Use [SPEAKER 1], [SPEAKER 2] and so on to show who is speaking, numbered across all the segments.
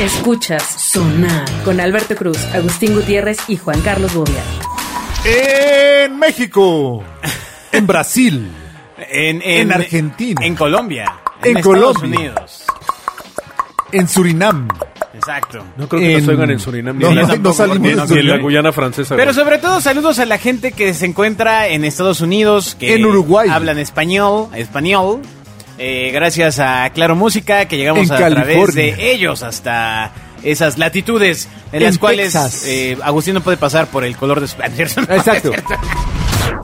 [SPEAKER 1] Escuchas Sonar con Alberto Cruz, Agustín Gutiérrez y Juan Carlos Bobia.
[SPEAKER 2] En México. En Brasil.
[SPEAKER 3] En,
[SPEAKER 2] En Argentina.
[SPEAKER 3] En Colombia.
[SPEAKER 2] En
[SPEAKER 3] Estados
[SPEAKER 2] Colombia.
[SPEAKER 3] Unidos.
[SPEAKER 2] En Surinam.
[SPEAKER 3] Exacto.
[SPEAKER 4] No creo que
[SPEAKER 2] En-
[SPEAKER 4] nos oigan en Surinam. ni
[SPEAKER 2] No,
[SPEAKER 3] yo
[SPEAKER 4] en
[SPEAKER 2] no,
[SPEAKER 4] la-
[SPEAKER 2] no
[SPEAKER 3] tampoco,
[SPEAKER 2] salimos
[SPEAKER 4] ni
[SPEAKER 2] de
[SPEAKER 4] en
[SPEAKER 3] porque no
[SPEAKER 4] ni en la
[SPEAKER 2] Surinam.
[SPEAKER 4] Guyana francesa.
[SPEAKER 3] Pero
[SPEAKER 4] güey.
[SPEAKER 3] sobre todo saludos a la gente que se encuentra en Estados Unidos, que
[SPEAKER 2] En Uruguay.
[SPEAKER 3] hablan español, español. Eh, gracias a Claro Música que llegamos
[SPEAKER 2] En
[SPEAKER 3] a través
[SPEAKER 2] California.
[SPEAKER 3] de ellos hasta esas latitudes
[SPEAKER 2] En
[SPEAKER 3] en, las cuales
[SPEAKER 2] Texas.
[SPEAKER 3] eh, Agustín no puede pasar por el color de su...
[SPEAKER 2] Exacto.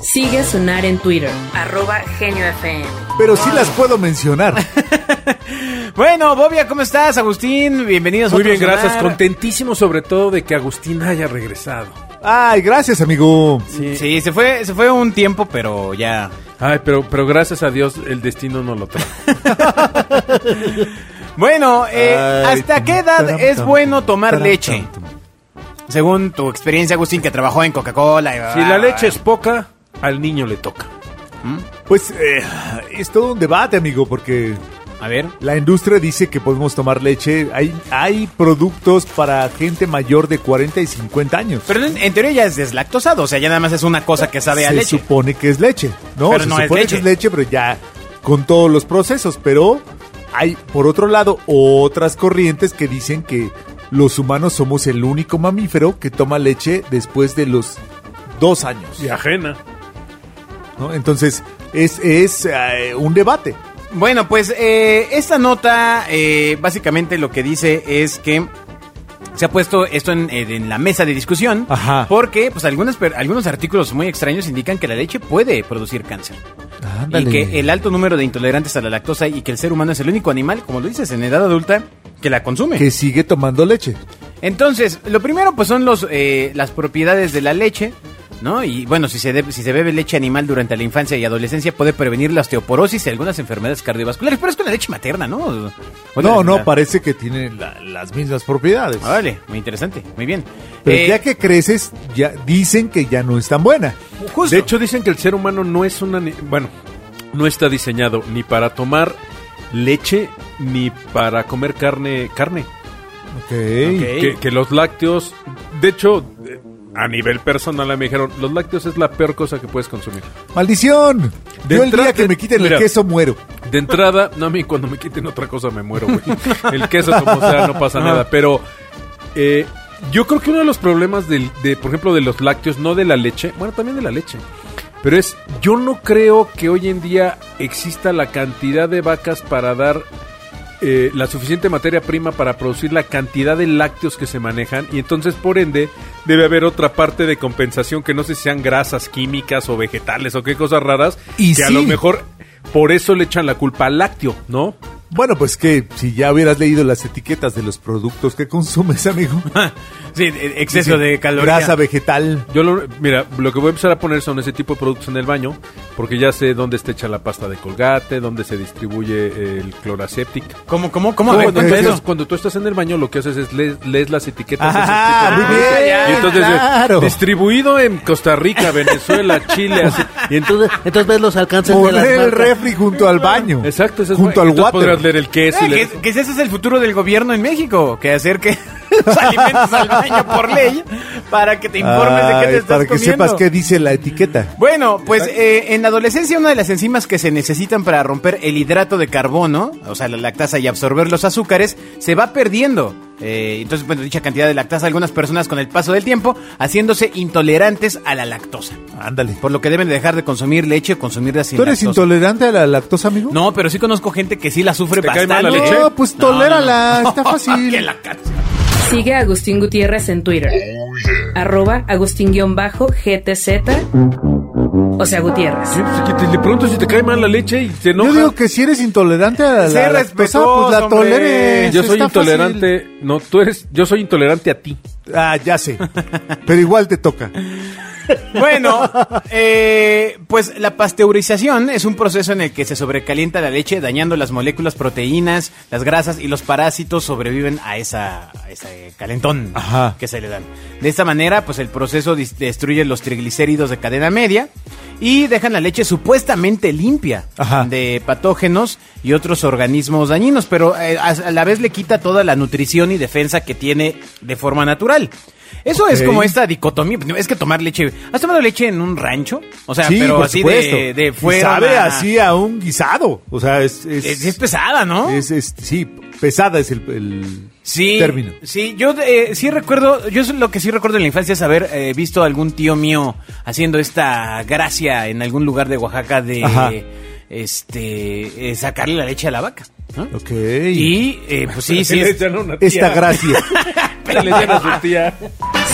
[SPEAKER 1] Sigue a Sonar en Twitter, arroba Genio FM.
[SPEAKER 2] Pero sí las puedo mencionar.
[SPEAKER 3] Bueno, Bobia, ¿cómo estás? Agustín, bienvenidos. a
[SPEAKER 4] Muy
[SPEAKER 3] otro
[SPEAKER 4] bien, gracias.
[SPEAKER 3] sonar.
[SPEAKER 4] Contentísimo sobre todo de que Agustín haya regresado.
[SPEAKER 2] Ay, gracias, amigo.
[SPEAKER 3] Sí, se fue, se fue un tiempo, pero ya.
[SPEAKER 4] Ay, pero, pero gracias a Dios el destino no lo trajo.
[SPEAKER 3] Bueno, eh,
[SPEAKER 2] Ay,
[SPEAKER 3] ¿hasta qué edad
[SPEAKER 2] taram,
[SPEAKER 3] es
[SPEAKER 2] tam,
[SPEAKER 3] bueno tomar
[SPEAKER 2] taram,
[SPEAKER 3] leche?
[SPEAKER 2] tam, tam.
[SPEAKER 3] Según tu experiencia, Agustín, que trabajó en Coca-Cola. y-
[SPEAKER 4] Si la leche es poca, al niño le toca.
[SPEAKER 2] Pues eh, es todo un debate, amigo, porque
[SPEAKER 3] A ver.
[SPEAKER 2] la industria dice que podemos tomar leche. Hay, hay productos para gente mayor de 40 y 50 años.
[SPEAKER 3] Pero en, en teoría ya es deslactosado, o sea, ya nada más es una cosa que sabe a
[SPEAKER 2] se
[SPEAKER 3] leche.
[SPEAKER 2] supone que es leche, ¿no?
[SPEAKER 3] Pero
[SPEAKER 2] se
[SPEAKER 3] no es
[SPEAKER 2] supone
[SPEAKER 3] leche.
[SPEAKER 2] que es leche, pero ya con todos los procesos. Pero hay, por otro lado, otras corrientes que dicen que los humanos somos el único mamífero que toma leche después de los dos años.
[SPEAKER 4] Y ajena.
[SPEAKER 2] ¿no? Entonces, es, es eh, un debate.
[SPEAKER 3] Bueno, pues eh, esta nota eh, básicamente lo que dice es que se ha puesto esto en, en- en la mesa de discusión
[SPEAKER 2] Ajá.
[SPEAKER 3] porque pues algunas per- algunos artículos muy extraños indican que la leche puede producir cáncer.
[SPEAKER 2] Ándale.
[SPEAKER 3] Y que el alto número de intolerantes a la lactosa y que el ser humano es el único animal, como lo dices, en edad adulta, que la consume.
[SPEAKER 2] Que sigue tomando leche.
[SPEAKER 3] Entonces, lo primero pues son los, eh, las propiedades de la leche, ¿no? Y bueno, si se, de- si se bebe leche animal durante la infancia y adolescencia puede prevenir la osteoporosis y algunas enfermedades cardiovasculares, pero es con la leche materna, ¿no? O de
[SPEAKER 2] no,
[SPEAKER 3] la-
[SPEAKER 2] no, parece que tiene la- las mismas propiedades.
[SPEAKER 3] Ah, vale, muy interesante, muy bien.
[SPEAKER 2] Pero
[SPEAKER 3] Eh,
[SPEAKER 2] ya que creces, ya dicen que ya no es tan buena.
[SPEAKER 3] justo.
[SPEAKER 4] De hecho, dicen que el ser humano no es una. ni- Bueno, no está diseñado ni para tomar leche ni para comer carne. carne.
[SPEAKER 3] Ok.
[SPEAKER 4] Que, que los lácteos. De hecho, eh, a nivel personal a mí me dijeron: los lácteos es la peor cosa que puedes consumir.
[SPEAKER 2] ¡Maldición!
[SPEAKER 4] De
[SPEAKER 2] Yo el día
[SPEAKER 4] entrada-
[SPEAKER 2] que me quiten
[SPEAKER 4] mira.
[SPEAKER 2] el queso muero.
[SPEAKER 4] De entrada, no a mí cuando me quiten otra cosa me muero, güey. El queso como sea no pasa nada, pero eh, yo creo que uno de los problemas del, de, por ejemplo, de los lácteos, no de la leche, bueno, también de la leche, pero es, yo no creo que hoy en día exista la cantidad de vacas para dar eh, la suficiente materia prima para producir la cantidad de lácteos que se manejan y entonces por ende debe haber otra parte de compensación que no sé si sean grasas químicas o vegetales o qué cosas raras
[SPEAKER 2] Y
[SPEAKER 4] que a
[SPEAKER 2] sí.
[SPEAKER 4] lo mejor por eso le echan la culpa al lácteo, ¿no?
[SPEAKER 2] Bueno, pues que si ya hubieras leído las etiquetas de los productos que consumes, amigo.
[SPEAKER 3] sí, eh, exceso de calorías.
[SPEAKER 2] Grasa vegetal.
[SPEAKER 4] Yo lo, mira, lo que voy a empezar a poner son ese tipo de productos en el baño, porque ya sé dónde está hecha la pasta de colgate, dónde se distribuye el cloraseptic.
[SPEAKER 3] ¿Cómo, cómo, cómo? A ver,
[SPEAKER 4] Cuando,
[SPEAKER 2] ¿qué
[SPEAKER 4] tú
[SPEAKER 3] cuéntame
[SPEAKER 2] es
[SPEAKER 4] estás-
[SPEAKER 3] eso.
[SPEAKER 2] eso?
[SPEAKER 4] cuando tú estás en el baño, lo que haces es lees, lees las etiquetas.
[SPEAKER 2] Ah,
[SPEAKER 4] esas
[SPEAKER 2] muy
[SPEAKER 4] etiquetas.
[SPEAKER 2] bien,
[SPEAKER 4] Y entonces, eh,
[SPEAKER 2] claro.
[SPEAKER 4] distribuido en Costa Rica, Venezuela, Chile, así. Y entonces,
[SPEAKER 5] Entonces, entonces ves los alcances de las
[SPEAKER 2] Poner el
[SPEAKER 5] marcas.
[SPEAKER 2] refri junto al baño.
[SPEAKER 4] exacto, eso es
[SPEAKER 2] Junto al water.
[SPEAKER 4] entonces podrás leer el queso y
[SPEAKER 3] Eh,
[SPEAKER 4] leer-
[SPEAKER 3] que, que ese es el futuro del gobierno en México, que hacer que los alimentos al baño por ley para que te informes de qué te
[SPEAKER 2] Ay,
[SPEAKER 3] estás
[SPEAKER 2] para que
[SPEAKER 3] comiendo.
[SPEAKER 2] sepas qué dice la etiqueta.
[SPEAKER 3] Bueno, pues eh, en la adolescencia una de las enzimas que se necesitan para romper el hidrato de carbono, o sea, la lactasa y absorber los azúcares, se va perdiendo. Eh, entonces, bueno, dicha cantidad de lactasa, algunas personas con el paso del tiempo, haciéndose intolerantes a la lactosa.
[SPEAKER 2] Ándale.
[SPEAKER 3] Por lo que deben dejar de consumir leche o consumirla sin
[SPEAKER 2] ¿Tú eres
[SPEAKER 3] lactosa.
[SPEAKER 2] intolerante a la lactosa, amigo?
[SPEAKER 3] No, pero sí conozco gente que sí la sufre
[SPEAKER 4] ¿Te cae
[SPEAKER 3] bastante.
[SPEAKER 4] mal la leche?
[SPEAKER 2] No, pues tolérala, está fácil.
[SPEAKER 3] Que la cacha.
[SPEAKER 1] Sigue a Agustín Gutiérrez en Twitter, arroba Agustín-GTZ, o sea Gutiérrez.
[SPEAKER 4] Sí, pues, que te- le pregunto si te cae mal la leche y se enoja.
[SPEAKER 2] Yo digo que si eres intolerante a la
[SPEAKER 3] Sé
[SPEAKER 2] lactosa, pues
[SPEAKER 3] respetuoso,
[SPEAKER 2] la
[SPEAKER 3] hombre.
[SPEAKER 2] toleres.
[SPEAKER 4] Yo soy
[SPEAKER 2] está fácil.
[SPEAKER 4] intolerante. No, tú eres. Yo soy intolerante a ti.
[SPEAKER 2] Ah, ya sé. Pero igual te toca.
[SPEAKER 3] Bueno, eh, pues la pasteurización es un proceso en el que se sobrecalienta la leche, dañando las moléculas, proteínas, las grasas y los parásitos sobreviven a, esa, a ese calentón
[SPEAKER 2] Ajá.
[SPEAKER 3] que se le dan. De esta manera, pues el proceso dis- destruye los triglicéridos de cadena media y dejan la leche supuestamente limpia
[SPEAKER 2] Ajá.
[SPEAKER 3] de patógenos y otros organismos dañinos, pero eh, a a la vez le quita toda la nutrición y defensa que tiene de forma natural. Eso es
[SPEAKER 2] Ok.
[SPEAKER 3] como esta dicotomía. Es que tomar leche. ¿Has tomado leche en un rancho? O sea,
[SPEAKER 2] sí,
[SPEAKER 3] pero
[SPEAKER 2] por
[SPEAKER 3] así
[SPEAKER 2] supuesto.
[SPEAKER 3] de, de
[SPEAKER 2] Y
[SPEAKER 3] fuera.
[SPEAKER 2] sabe
[SPEAKER 3] una-
[SPEAKER 2] así a un guisado. O sea, es. es-
[SPEAKER 3] Es, es pesada, ¿no?
[SPEAKER 2] es- es- sí, pesada es el, el
[SPEAKER 3] Sí,
[SPEAKER 2] término.
[SPEAKER 3] sí, yo eh, sí recuerdo, yo es lo que sí recuerdo en la infancia es haber eh, visto a algún tío mío haciendo esta gracia en algún lugar de Oaxaca de
[SPEAKER 2] Ajá.
[SPEAKER 3] este eh, sacarle la leche a la vaca. ¿no?
[SPEAKER 2] Ok.
[SPEAKER 3] Y eh, pues sí, sí.
[SPEAKER 4] Le
[SPEAKER 3] es-
[SPEAKER 4] echan a una tía.
[SPEAKER 2] Esta gracia.
[SPEAKER 4] Le echan a su tía.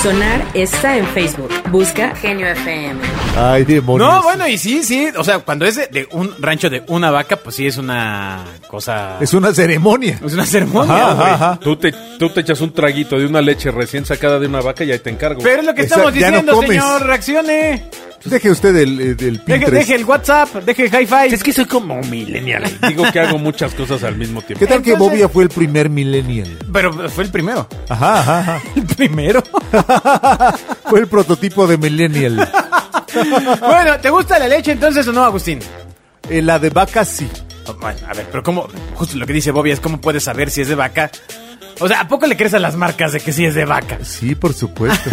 [SPEAKER 1] Sonar está en Facebook. Busca Genio FM.
[SPEAKER 2] Ay, demonios.
[SPEAKER 3] No, bueno, y sí, sí. O sea, cuando es de, de un rancho de una vaca, pues sí es una cosa.
[SPEAKER 2] Es una ceremonia.
[SPEAKER 3] es una ceremonia.
[SPEAKER 2] Ajá,
[SPEAKER 3] güey.
[SPEAKER 2] ajá, ajá.
[SPEAKER 4] Tú te, tú te echas un traguito de una leche recién sacada de una vaca y ahí te encargo.
[SPEAKER 3] Pero es lo que
[SPEAKER 2] Esa-
[SPEAKER 3] estamos
[SPEAKER 2] ya no
[SPEAKER 3] diciendo,
[SPEAKER 2] comes.
[SPEAKER 3] señor. Reaccione.
[SPEAKER 2] Deje usted el, el, el
[SPEAKER 3] Deje,
[SPEAKER 2] Pinterest.
[SPEAKER 3] deje el WhatsApp, deje el hi-fi.
[SPEAKER 4] que soy como millennial. Digo que hago muchas cosas al mismo tiempo.
[SPEAKER 2] ¿Qué tal que
[SPEAKER 3] Entonces-
[SPEAKER 2] Bobia fue el primer millennial?
[SPEAKER 3] Pero fue el primero.
[SPEAKER 2] Ajá, ajá, ajá.
[SPEAKER 3] El primero.
[SPEAKER 2] Fue el prototipo de millennial.
[SPEAKER 3] bueno, ¿te gusta la leche entonces o no, Agustín?
[SPEAKER 2] Eh, la de vaca sí.
[SPEAKER 3] Oh, Bueno, a ver, pero ¿cómo? Justo lo que dice Bobby es cómo puedes saber si es de vaca. O sea, ¿a poco le crees a las marcas de que sí es de vaca?
[SPEAKER 2] Sí, por supuesto.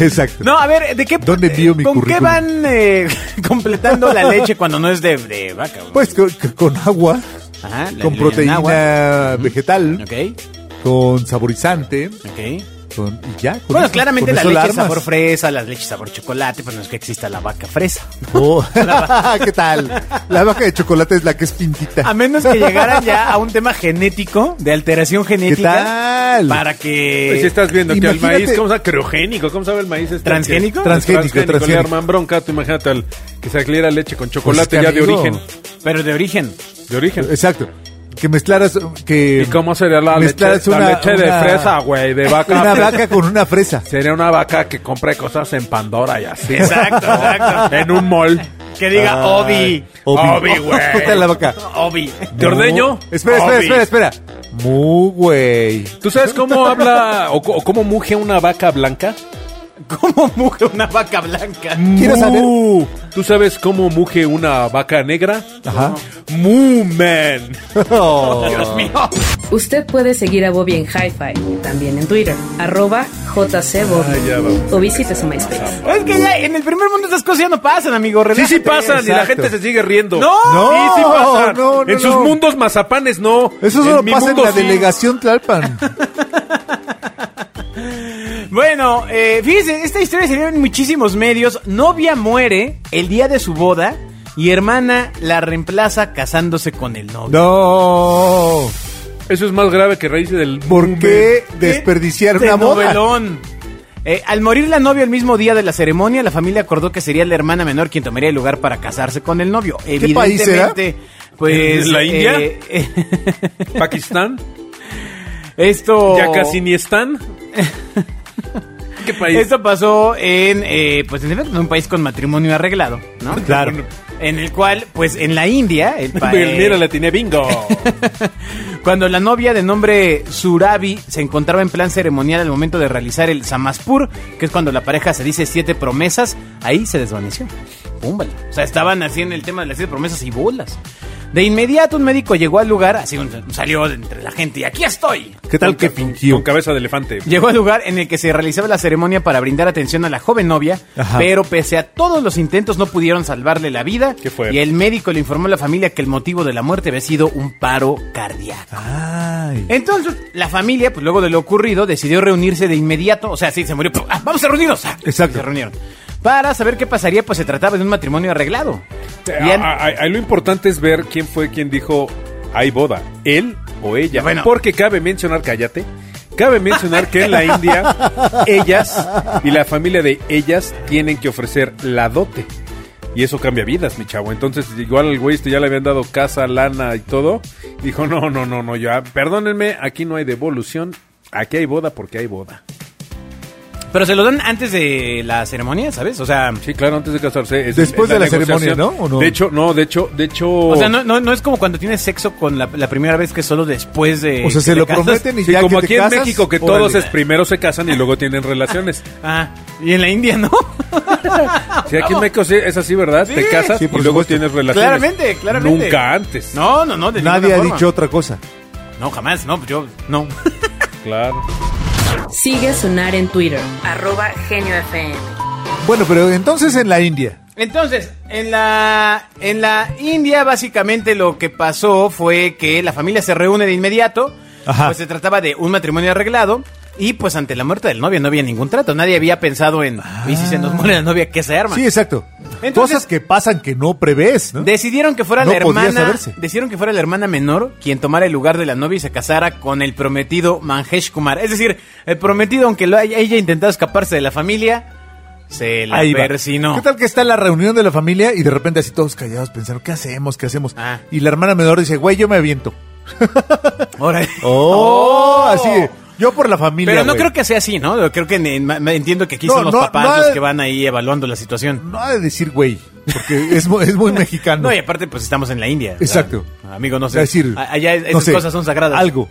[SPEAKER 2] Exacto.
[SPEAKER 3] No, a ver, ¿de qué...
[SPEAKER 2] ¿Dónde envío mi
[SPEAKER 3] ¿Con qué
[SPEAKER 2] currículum?
[SPEAKER 3] van eh, completando la leche cuando no es de, de vaca? güey?
[SPEAKER 2] Pues con, con agua,
[SPEAKER 3] Ajá, la-
[SPEAKER 2] con
[SPEAKER 3] la- en
[SPEAKER 2] proteína
[SPEAKER 3] agua.
[SPEAKER 2] vegetal,
[SPEAKER 3] Ok,
[SPEAKER 2] con saborizante,
[SPEAKER 3] ok.
[SPEAKER 2] con y ya. con
[SPEAKER 3] Bueno,
[SPEAKER 2] eso,
[SPEAKER 3] claramente
[SPEAKER 2] con
[SPEAKER 3] la
[SPEAKER 2] eso
[SPEAKER 3] leche
[SPEAKER 2] armas.
[SPEAKER 3] sabor fresa, las leches sabor chocolate, pues no es que exista la vaca fresa.
[SPEAKER 2] No. ¿Qué tal? La vaca de chocolate es la que es pintita.
[SPEAKER 3] A menos que llegaran ya a un tema genético, de alteración
[SPEAKER 2] ¿Qué
[SPEAKER 3] genética.
[SPEAKER 2] tal?
[SPEAKER 3] Para que.
[SPEAKER 4] Pues si estás viendo que el
[SPEAKER 2] Imagínate-
[SPEAKER 4] maíz, ¿cómo sabe? Criogénico, ¿cómo sabe el maíz? este?
[SPEAKER 3] ¿Transgénico?
[SPEAKER 4] Que-
[SPEAKER 2] Transgénico,
[SPEAKER 4] Le
[SPEAKER 2] transgénico.
[SPEAKER 4] arman bronca, tú imagínate al que saliera leche con chocolate
[SPEAKER 2] Pues,
[SPEAKER 4] ya de
[SPEAKER 2] amigo.
[SPEAKER 4] origen.
[SPEAKER 3] Pero de origen.
[SPEAKER 4] De origen.
[SPEAKER 2] Exacto. Que mezclaras que
[SPEAKER 4] ¿Y cómo sería la leche?
[SPEAKER 2] mezclaras
[SPEAKER 4] La
[SPEAKER 2] una-
[SPEAKER 4] leche
[SPEAKER 2] una-
[SPEAKER 4] de fresa, güey, de vaca. Pues
[SPEAKER 2] Una vaca con una fresa.
[SPEAKER 4] Sería una vaca que compre cosas en Pandora y así.
[SPEAKER 3] Exacto, exacto.
[SPEAKER 4] En un mall.
[SPEAKER 3] Que diga Obi.
[SPEAKER 4] Ah, Obi, güey.
[SPEAKER 2] ¿Qué tal la vaca?
[SPEAKER 3] Obi.
[SPEAKER 4] ¿Te ordeño?
[SPEAKER 2] Espera,
[SPEAKER 4] Obi.
[SPEAKER 2] espera, espera, espera. Muy güey.
[SPEAKER 4] ¿Tú sabes cómo habla o, co- o cómo muge una vaca blanca?
[SPEAKER 3] ¿Cómo muge una vaca blanca?
[SPEAKER 2] Quiero saber.
[SPEAKER 4] Mu. ¿Tú sabes cómo muge una vaca negra?
[SPEAKER 2] Ajá.
[SPEAKER 4] Mu, man.
[SPEAKER 2] Oh.
[SPEAKER 3] Dios mío.
[SPEAKER 1] Usted puede seguir a Bobby en Hi-Fi, también en Twitter, arroba jcbobby, o visite su MySpace.
[SPEAKER 3] Es que ya en el primer mundo estas cosas ya no pasan, amigo.
[SPEAKER 4] Sí,
[SPEAKER 3] relájate.
[SPEAKER 4] sí pasan y la
[SPEAKER 2] Exacto.
[SPEAKER 4] gente se sigue riendo.
[SPEAKER 3] No.
[SPEAKER 2] No,
[SPEAKER 4] sí, sí pasan.
[SPEAKER 2] no, no,
[SPEAKER 4] en sus
[SPEAKER 2] no.
[SPEAKER 4] mundos mazapanes no.
[SPEAKER 2] Eso solo
[SPEAKER 4] mi
[SPEAKER 2] pasa en
[SPEAKER 4] mundo
[SPEAKER 2] la
[SPEAKER 4] sí.
[SPEAKER 2] delegación Tlalpan.
[SPEAKER 3] Bueno, eh, fíjense, esta historia se dio en muchísimos medios. Novia muere el día de su boda y hermana la reemplaza casándose con el novio.
[SPEAKER 2] No.
[SPEAKER 4] Eso es más grave que raíces del.
[SPEAKER 2] ¿Por qué
[SPEAKER 3] ¿Qué
[SPEAKER 2] desperdiciar una boda?
[SPEAKER 3] novelón. Eh, al morir la novia el mismo día de la ceremonia, la familia acordó que sería la hermana menor quien tomaría el lugar para casarse con el novio. Evidentemente,
[SPEAKER 2] país era?
[SPEAKER 3] Pues
[SPEAKER 4] ¿La
[SPEAKER 3] eh,
[SPEAKER 4] India?
[SPEAKER 3] eh,
[SPEAKER 4] Pakistán.
[SPEAKER 2] Oh.
[SPEAKER 3] esto
[SPEAKER 4] Ya casi ni están. ¿Qué país?
[SPEAKER 3] Esto pasó en, eh, pues en efecto, en un país con matrimonio arreglado, ¿no?
[SPEAKER 2] Claro.
[SPEAKER 3] En el cual, pues en la India, el pa- eh,
[SPEAKER 4] Mira, la tiene bingo.
[SPEAKER 3] cuando la novia de nombre Surabi se encontraba en plan ceremonial al momento de realizar el Samaspur, que es cuando la pareja se dice siete promesas, ahí se desvaneció. Púmbale. O sea, estaban así en el tema de las siete promesas y bolas. De inmediato un médico llegó al lugar, así un- salió de entre la gente y aquí estoy.
[SPEAKER 2] ¿Qué tal que
[SPEAKER 4] Con
[SPEAKER 2] fingió?
[SPEAKER 4] cabeza de elefante.
[SPEAKER 3] Llegó al lugar en el que se realizaba la ceremonia para brindar atención a la joven novia,
[SPEAKER 2] Ajá.
[SPEAKER 3] pero pese a todos los intentos no pudieron salvarle la vida.
[SPEAKER 4] ¿Qué fue?
[SPEAKER 3] Y el médico le informó a la familia que el motivo de la muerte había sido un paro cardíaco.
[SPEAKER 2] Ay.
[SPEAKER 3] Entonces, la familia, pues luego de lo ocurrido, decidió reunirse de inmediato. O sea, sí, se murió. ¡pum! ¡Ah, vamos a reunirnos. ¡Ah!
[SPEAKER 2] Exacto.
[SPEAKER 3] Se reunieron. Para saber qué pasaría, pues se trataba de un matrimonio arreglado. Y an-
[SPEAKER 4] Ah, ah, Ahí lo importante es ver quién fue quien dijo hay boda, él o ella.
[SPEAKER 3] Bueno.
[SPEAKER 4] Porque cabe mencionar, cállate, cabe mencionar que en la India ellas y la familia de ellas tienen que ofrecer la dote. Y eso cambia vidas, mi chavo. Entonces, igual al güey este ya le habían dado casa, lana y todo. Dijo, no, no, no, no, ya, perdónenme, aquí no hay devolución. Aquí hay boda porque hay boda.
[SPEAKER 3] Pero se lo dan antes de la ceremonia, ¿sabes? O sea,
[SPEAKER 4] Sí, claro, antes de casarse. es-
[SPEAKER 2] Después
[SPEAKER 4] es
[SPEAKER 2] de la ceremonia,
[SPEAKER 4] negociación.
[SPEAKER 2] ¿no? ¿O no?
[SPEAKER 4] De hecho, no, de hecho, de hecho.
[SPEAKER 3] o sea no, no, no es como cuando tienes sexo con la, la primera vez que es solo después de.
[SPEAKER 2] O sea,
[SPEAKER 3] que
[SPEAKER 2] se
[SPEAKER 3] te
[SPEAKER 2] lo
[SPEAKER 3] casas.
[SPEAKER 2] prometen y
[SPEAKER 4] Sí,
[SPEAKER 2] ya
[SPEAKER 4] como
[SPEAKER 2] que
[SPEAKER 4] aquí
[SPEAKER 2] te
[SPEAKER 4] en
[SPEAKER 2] casas,
[SPEAKER 4] México, que
[SPEAKER 2] órale.
[SPEAKER 4] todos es primero se casan y luego tienen relaciones.
[SPEAKER 3] Ah, y en la India no.
[SPEAKER 4] Sí, aquí en México sí, es así, ¿verdad?
[SPEAKER 3] Sí.
[SPEAKER 4] te casas
[SPEAKER 2] Ah, Sí,
[SPEAKER 4] y
[SPEAKER 2] por
[SPEAKER 4] luego
[SPEAKER 2] supuesto.
[SPEAKER 4] tienes relaciones.
[SPEAKER 3] Claramente, claramente.
[SPEAKER 4] Nunca antes.
[SPEAKER 3] No, no, no. de
[SPEAKER 2] Nadie
[SPEAKER 3] ninguna
[SPEAKER 2] ha
[SPEAKER 3] forma.
[SPEAKER 2] dicho otra cosa.
[SPEAKER 3] No, jamás, no, pues yo. No.
[SPEAKER 4] Claro.
[SPEAKER 1] Sigue a Sonar en Twitter, arroba Genio FM.
[SPEAKER 2] Bueno, pero entonces en la India.
[SPEAKER 3] Entonces, en la, en la India básicamente lo que pasó fue que la familia se reúne de inmediato,
[SPEAKER 2] Ajá.
[SPEAKER 3] pues se trataba de un matrimonio arreglado y pues ante la muerte del novio no había ningún trato, nadie había pensado en, ¿y si se nos muere la novia, qué se arma?
[SPEAKER 2] Ah. Sí, exacto.
[SPEAKER 3] Entonces-
[SPEAKER 2] Cosas que pasan que no prevés, ¿no?
[SPEAKER 3] Decidieron que fuera
[SPEAKER 2] No
[SPEAKER 3] la
[SPEAKER 2] podía
[SPEAKER 3] hermana,
[SPEAKER 2] saberse.
[SPEAKER 3] decidieron que fuera la hermana menor quien tomara el lugar de la novia y se casara con el prometido Manjesh Kumar. Es decir, el prometido aunque lo haya, ella intentado escaparse de la familia, se la
[SPEAKER 2] Ahí va.
[SPEAKER 3] persinó.
[SPEAKER 2] ¿Qué tal que está la reunión de la familia y de repente así todos callados pensando, ¿qué hacemos? ¿Qué hacemos?
[SPEAKER 3] Ah.
[SPEAKER 2] Y la hermana menor dice, güey, yo me aviento.
[SPEAKER 3] Ahora-
[SPEAKER 2] Oh, así. Yo por la familia.
[SPEAKER 3] Pero no
[SPEAKER 2] güey.
[SPEAKER 3] creo que sea así, ¿no? Creo que en- en- ma- entiendo que aquí
[SPEAKER 2] No,
[SPEAKER 3] son los
[SPEAKER 2] no,
[SPEAKER 3] papás
[SPEAKER 2] no
[SPEAKER 3] los
[SPEAKER 2] ha-
[SPEAKER 3] que van ahí evaluando la situación.
[SPEAKER 2] No ha de decir, güey, porque es, mu- es muy mexicano.
[SPEAKER 3] No, y aparte, pues estamos en la India. o sea,
[SPEAKER 2] Exacto.
[SPEAKER 3] amigo, no sé.
[SPEAKER 2] Es decir,
[SPEAKER 3] A- allá es- esas
[SPEAKER 2] no sé,
[SPEAKER 3] cosas son sagradas.
[SPEAKER 2] Algo.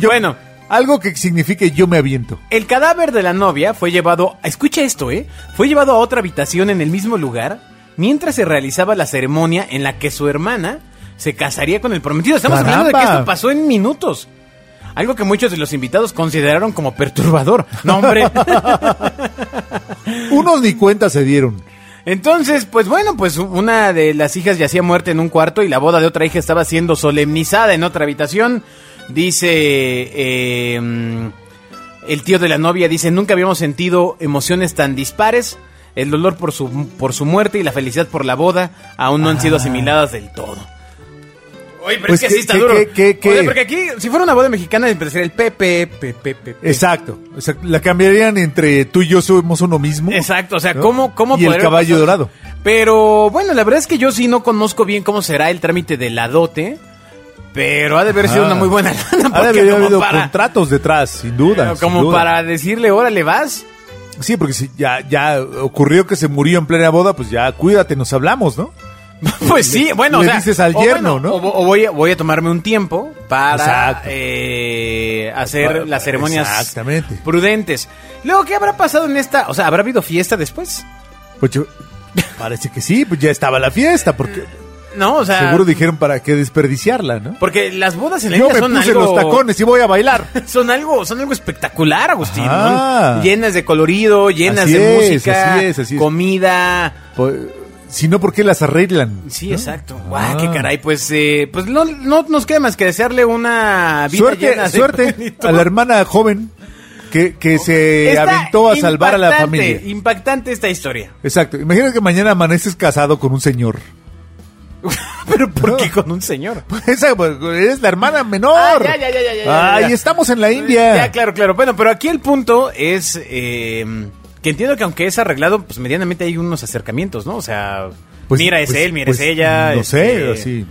[SPEAKER 2] Yo-
[SPEAKER 3] bueno,
[SPEAKER 2] Algo que signifique yo me aviento.
[SPEAKER 3] el cadáver de la novia fue llevado. Escucha esto, ¿eh? Fue llevado a otra habitación en el mismo lugar mientras se realizaba la ceremonia en la que su hermana se casaría con el prometido. Estamos hablando de que
[SPEAKER 2] Caramba.
[SPEAKER 3] esto pasó en minutos. Algo que muchos de los invitados consideraron como perturbador. No, hombre.
[SPEAKER 2] Unos ni cuenta se dieron.
[SPEAKER 3] Entonces, pues bueno, pues una de las hijas yacía muerta en un cuarto y la boda de otra hija estaba siendo solemnizada en otra habitación. Dice eh, mm, el tío de la novia, dice, nunca habíamos sentido emociones tan dispares. El dolor por su, por su muerte y la felicidad por la boda aún no han sido asimiladas del todo. Oye, pero
[SPEAKER 2] Ah. Pues
[SPEAKER 3] es que
[SPEAKER 2] qué-
[SPEAKER 3] así está
[SPEAKER 2] qué-
[SPEAKER 3] duro.
[SPEAKER 2] qué- qué- qué.
[SPEAKER 3] Oye, porque aquí, si fuera una boda mexicana, empezaría el pepe, pepe, pepe.
[SPEAKER 2] Exacto. O sea, la cambiarían entre tú y yo somos uno mismo.
[SPEAKER 3] Exacto, o sea,
[SPEAKER 2] ¿no?
[SPEAKER 3] ¿cómo, cómo
[SPEAKER 2] Y el
[SPEAKER 3] podría
[SPEAKER 2] caballo
[SPEAKER 3] pasar?
[SPEAKER 2] dorado.
[SPEAKER 3] Pero bueno, la verdad es que yo sí no conozco bien cómo será el trámite de la dote, pero ha de haber sido
[SPEAKER 2] Ah.
[SPEAKER 3] una muy buena lana.
[SPEAKER 2] Ha de
[SPEAKER 3] porque
[SPEAKER 2] haber
[SPEAKER 3] como
[SPEAKER 2] habido
[SPEAKER 3] para-
[SPEAKER 2] contratos detrás, sin duda. sin
[SPEAKER 3] como
[SPEAKER 2] duda.
[SPEAKER 3] para decirle, órale, vas.
[SPEAKER 2] Sí, porque si ya, ya ocurrió que se murió en plena boda, pues ya cuídate, nos hablamos, ¿no?
[SPEAKER 3] Pues sí, bueno,
[SPEAKER 2] le
[SPEAKER 3] o sea,
[SPEAKER 2] dices al
[SPEAKER 3] o
[SPEAKER 2] yerno,
[SPEAKER 3] bueno,
[SPEAKER 2] ¿no?
[SPEAKER 3] O, vo- o voy, a, voy a tomarme un tiempo para
[SPEAKER 2] Exacto.
[SPEAKER 3] eh, hacer
[SPEAKER 2] Para-
[SPEAKER 3] las ceremonias
[SPEAKER 2] Exactamente.
[SPEAKER 3] prudentes. Luego, ¿qué habrá pasado en esta? O sea, ¿habrá habido fiesta después?
[SPEAKER 2] Pues yo- parece que sí, pues ya estaba la fiesta, porque
[SPEAKER 3] No, o sea,
[SPEAKER 2] seguro dijeron para qué desperdiciarla, ¿no?
[SPEAKER 3] porque las bodas en Ah. Pues, la
[SPEAKER 2] Yo
[SPEAKER 3] India
[SPEAKER 2] me
[SPEAKER 3] son
[SPEAKER 2] puse
[SPEAKER 3] algo...
[SPEAKER 2] los tacones y voy a bailar.
[SPEAKER 3] son algo, son algo espectacular, Agustín. ¿no?
[SPEAKER 2] Ajá.
[SPEAKER 3] Llenas de colorido, llenas
[SPEAKER 2] Así
[SPEAKER 3] de
[SPEAKER 2] es,
[SPEAKER 3] música,
[SPEAKER 2] así es, así es.
[SPEAKER 3] comida.
[SPEAKER 2] Pues, si no, ¿por qué las arreglan?
[SPEAKER 3] Sí,
[SPEAKER 2] ¿no?
[SPEAKER 3] exacto.
[SPEAKER 2] Ah.
[SPEAKER 3] Guau, qué caray. Pues, eh, pues no, no nos queda más que desearle una vida llena
[SPEAKER 2] Suerte,
[SPEAKER 3] de
[SPEAKER 2] suerte
[SPEAKER 3] plenitud.
[SPEAKER 2] a la hermana joven que, que se
[SPEAKER 3] Está
[SPEAKER 2] aventó a salvar a la
[SPEAKER 3] impactante,
[SPEAKER 2] familia.
[SPEAKER 3] Impactante esta historia.
[SPEAKER 2] Exacto. Imagina que mañana amaneces casado con un señor.
[SPEAKER 3] Pero ¿por
[SPEAKER 2] No.
[SPEAKER 3] qué con un señor?
[SPEAKER 2] Esa, pues, eres la hermana menor.
[SPEAKER 3] Ah, ya, ya, ya, ya, ya, ya,
[SPEAKER 2] Ay,
[SPEAKER 3] ya.
[SPEAKER 2] estamos en la India.
[SPEAKER 3] Ya, claro, claro. Bueno, pero aquí el punto es eh, que entiendo que aunque es arreglado, pues medianamente hay unos acercamientos, ¿no? O sea,
[SPEAKER 2] Pues,
[SPEAKER 3] mira es
[SPEAKER 2] pues,
[SPEAKER 3] él, mira
[SPEAKER 2] pues,
[SPEAKER 3] es ella.
[SPEAKER 2] No sé,
[SPEAKER 3] este,
[SPEAKER 2] así.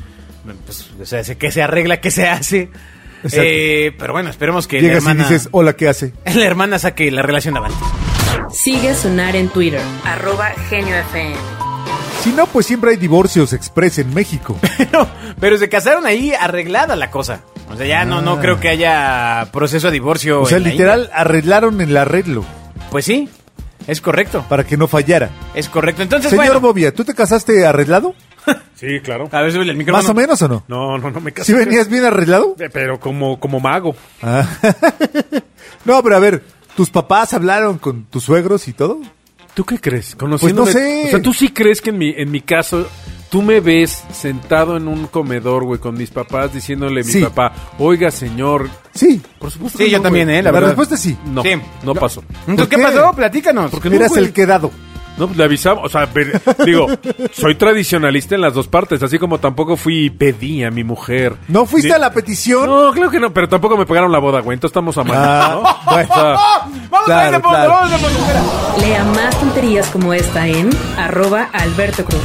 [SPEAKER 3] pues, o sea, sé qué se arregla, qué se hace.
[SPEAKER 2] Exacto.
[SPEAKER 3] Eh, pero bueno, esperemos que la
[SPEAKER 2] Llegas
[SPEAKER 3] hermana,
[SPEAKER 2] y dices, "Oh". hola, ¿qué hace?
[SPEAKER 3] la hermana saque la relación adelante.
[SPEAKER 1] Sigue a Sonar en Twitter, arroba Genio FM.
[SPEAKER 2] Si no, pues siempre hay divorcios express en México.
[SPEAKER 3] Pero, pero se casaron ahí arreglada la cosa. O sea, ya no, no creo que haya proceso a divorcio.
[SPEAKER 2] Ah. o sea,
[SPEAKER 3] en la
[SPEAKER 2] literal, arreglaron el arreglo
[SPEAKER 3] India. Pues sí, es correcto.
[SPEAKER 2] para que no fallara.
[SPEAKER 3] Es correcto. Entonces,
[SPEAKER 2] Señor
[SPEAKER 3] bueno,
[SPEAKER 2] Bobia, ¿tú te casaste arreglado?
[SPEAKER 4] Sí, claro.
[SPEAKER 3] a ver, sube el micrófono.
[SPEAKER 2] ¿Más o menos o no?
[SPEAKER 4] No, no, no me casé.
[SPEAKER 2] ¿Sí venías bien arreglado?
[SPEAKER 4] Eh, Pero como, como mago.
[SPEAKER 2] Ah. no, pero a ver, ¿tus papás hablaron con tus suegros y todo?
[SPEAKER 4] ¿Tú qué crees? Conociéndome-
[SPEAKER 2] Pues no sé.
[SPEAKER 4] O sea, tú sí crees que en mi, en mi caso, tú me ves sentado en un comedor, güey, con mis papás, diciéndole a mi
[SPEAKER 2] Sí.
[SPEAKER 4] papá, oiga, señor.
[SPEAKER 2] Sí.
[SPEAKER 4] Por supuesto
[SPEAKER 3] Sí,
[SPEAKER 4] que
[SPEAKER 3] yo
[SPEAKER 4] no,
[SPEAKER 3] también,
[SPEAKER 4] güey.
[SPEAKER 3] ¿eh? La verdad.
[SPEAKER 2] respuesta es sí.
[SPEAKER 4] No,
[SPEAKER 3] Sí.
[SPEAKER 4] no pasó.
[SPEAKER 2] Pues
[SPEAKER 3] Entonces, ¿qué,
[SPEAKER 2] ¿Por qué?
[SPEAKER 3] pasó? Platícanos.
[SPEAKER 4] Porque no,
[SPEAKER 2] Eras
[SPEAKER 4] güey.
[SPEAKER 2] el quedado.
[SPEAKER 4] No, pues le avisamos. O sea, ver- digo, soy tradicionalista en las dos partes, así como tampoco fui y pedí a mi mujer.
[SPEAKER 2] ¿No fuiste
[SPEAKER 4] Ni-
[SPEAKER 2] a la petición?
[SPEAKER 4] No, claro que no, pero tampoco me pagaron la boda, güey. Entonces estamos a mano,
[SPEAKER 2] Ah,
[SPEAKER 4] ¿no?
[SPEAKER 2] bueno.
[SPEAKER 4] O sea, pues,
[SPEAKER 3] Vamos a
[SPEAKER 2] Claro,
[SPEAKER 3] ver,
[SPEAKER 2] claro.
[SPEAKER 3] vamos a ver, espera.
[SPEAKER 1] Lea más tonterías como esta en arroba Alberto Cruz.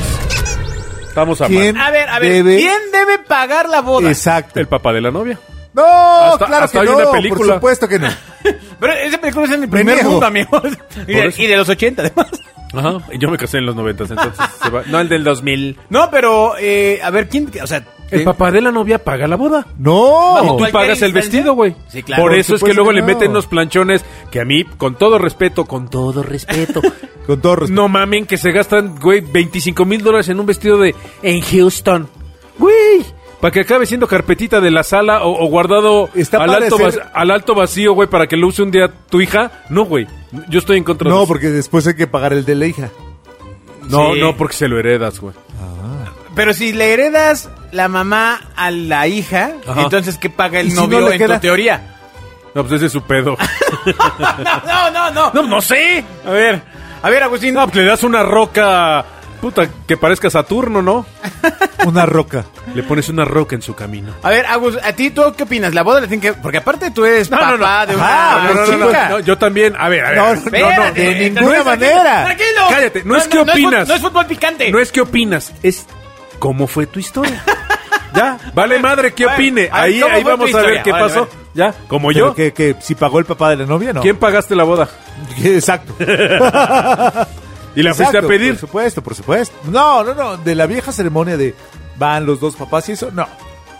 [SPEAKER 4] estamos a mano.
[SPEAKER 2] ¿Quién
[SPEAKER 3] A ver, a ver,
[SPEAKER 2] debe-
[SPEAKER 3] ¿quién debe pagar la boda?
[SPEAKER 2] Exacto.
[SPEAKER 4] El papá de la novia.
[SPEAKER 2] No,
[SPEAKER 4] Hasta-
[SPEAKER 2] claro que
[SPEAKER 4] hasta hay
[SPEAKER 2] no,
[SPEAKER 4] una
[SPEAKER 2] por
[SPEAKER 4] película.
[SPEAKER 2] supuesto que no.
[SPEAKER 3] Pero esa película es en el primer
[SPEAKER 2] niego.
[SPEAKER 3] mundo, amigos. Y
[SPEAKER 4] Por
[SPEAKER 3] de,
[SPEAKER 4] eso.
[SPEAKER 3] y de los 80, además.
[SPEAKER 4] Ajá, yo me casé en los 90, entonces se va. No, el del 2000.
[SPEAKER 3] No, pero, eh, a ver, ¿quién? O sea,
[SPEAKER 4] El
[SPEAKER 3] ¿quién?
[SPEAKER 4] papá de la novia paga la boda.
[SPEAKER 2] No.
[SPEAKER 3] Vamos,
[SPEAKER 4] Tú
[SPEAKER 3] ¿Cualquier
[SPEAKER 4] pagas el
[SPEAKER 3] instancia?
[SPEAKER 4] vestido, güey.
[SPEAKER 3] Sí, claro.
[SPEAKER 4] Por
[SPEAKER 2] Por
[SPEAKER 4] eso es que
[SPEAKER 2] supuesto
[SPEAKER 4] luego
[SPEAKER 2] que
[SPEAKER 4] le
[SPEAKER 2] no.
[SPEAKER 4] meten unos planchones que a mí, con todo respeto, con todo respeto,
[SPEAKER 2] Con todo respeto.
[SPEAKER 4] no mamen que se gastan, güey, 25 mil dólares en un vestido de en Houston. Güey. Para que acabe siendo carpetita de la sala o, o guardado
[SPEAKER 2] Está
[SPEAKER 4] al,
[SPEAKER 2] padre
[SPEAKER 4] alto
[SPEAKER 2] hacer-
[SPEAKER 4] vac- al alto vacío, güey, para que lo use un día tu hija. No, güey. Yo estoy en contra de
[SPEAKER 2] No,
[SPEAKER 4] eso.
[SPEAKER 2] porque después hay que pagar el de la hija.
[SPEAKER 4] No,
[SPEAKER 3] Sí.
[SPEAKER 4] no, porque se lo heredas, güey.
[SPEAKER 3] Pero si le heredas la mamá a la hija,
[SPEAKER 4] Ajá.
[SPEAKER 3] entonces ¿qué paga
[SPEAKER 2] ¿Y
[SPEAKER 3] el
[SPEAKER 2] si
[SPEAKER 3] novio
[SPEAKER 2] no le
[SPEAKER 3] en
[SPEAKER 2] queda?
[SPEAKER 3] tu teoría?
[SPEAKER 4] No, pues ese es su pedo.
[SPEAKER 3] No, no, no.
[SPEAKER 4] no, no sé.
[SPEAKER 3] A ver, a ver, Agustín.
[SPEAKER 4] No, pues le das una roca, puta, que parezca Saturno, ¿no?
[SPEAKER 2] Una roca.
[SPEAKER 4] Le pones una roca en su camino.
[SPEAKER 3] A ver, Agus, ¿a ti tú qué opinas? ¿La boda la tienen que...? Porque aparte tú eres
[SPEAKER 4] No,
[SPEAKER 3] papá
[SPEAKER 4] no, no.
[SPEAKER 3] de una,
[SPEAKER 2] Ah,
[SPEAKER 3] de
[SPEAKER 2] no,
[SPEAKER 3] una
[SPEAKER 2] no, no,
[SPEAKER 3] chica.
[SPEAKER 4] No, yo también. A ver, a ver.
[SPEAKER 2] No,
[SPEAKER 4] a
[SPEAKER 2] no,
[SPEAKER 4] ver.
[SPEAKER 2] no, no, de
[SPEAKER 3] Espérate,
[SPEAKER 2] ninguna
[SPEAKER 3] tranquilo,
[SPEAKER 2] manera.
[SPEAKER 3] Tranquilo.
[SPEAKER 4] Cállate, no es qué
[SPEAKER 3] fut-
[SPEAKER 4] opinas.
[SPEAKER 3] No es fútbol picante.
[SPEAKER 4] No es qué opinas, es cómo fue tu historia. ya, vale madre, qué
[SPEAKER 3] Bueno,
[SPEAKER 4] opine.
[SPEAKER 3] a ver,
[SPEAKER 4] Ahí,
[SPEAKER 3] ¿cómo
[SPEAKER 4] ahí
[SPEAKER 3] fue tu
[SPEAKER 4] vamos a ver
[SPEAKER 3] historia?
[SPEAKER 4] qué
[SPEAKER 3] Vale,
[SPEAKER 4] pasó.
[SPEAKER 3] vale.
[SPEAKER 4] Ya, como
[SPEAKER 2] Pero
[SPEAKER 4] yo.
[SPEAKER 2] Que, que si pagó el papá de la novia, no.
[SPEAKER 4] ¿Quién pagaste la boda?
[SPEAKER 2] Exacto.
[SPEAKER 4] Y la fuiste a
[SPEAKER 2] Exacto, Pues,
[SPEAKER 4] pedir.
[SPEAKER 2] Por supuesto, por supuesto. No, no, no. De la vieja ceremonia de van los dos papás y eso, no.